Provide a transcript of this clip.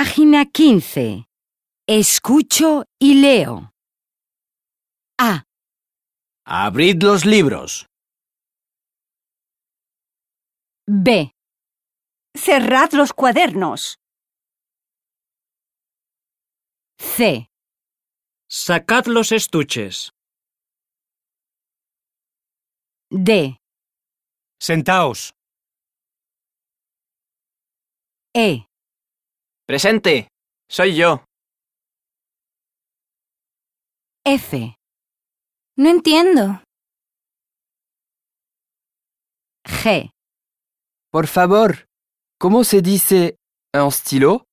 Página 15. Escucho y leo. A. Abrid los libros. B. Cerrad los cuadernos. C. Sacad los estuches. D. Sentaos. E. Presente. Soy yo. F. No entiendo. G. Por favor, ¿cómo se dice un stylo?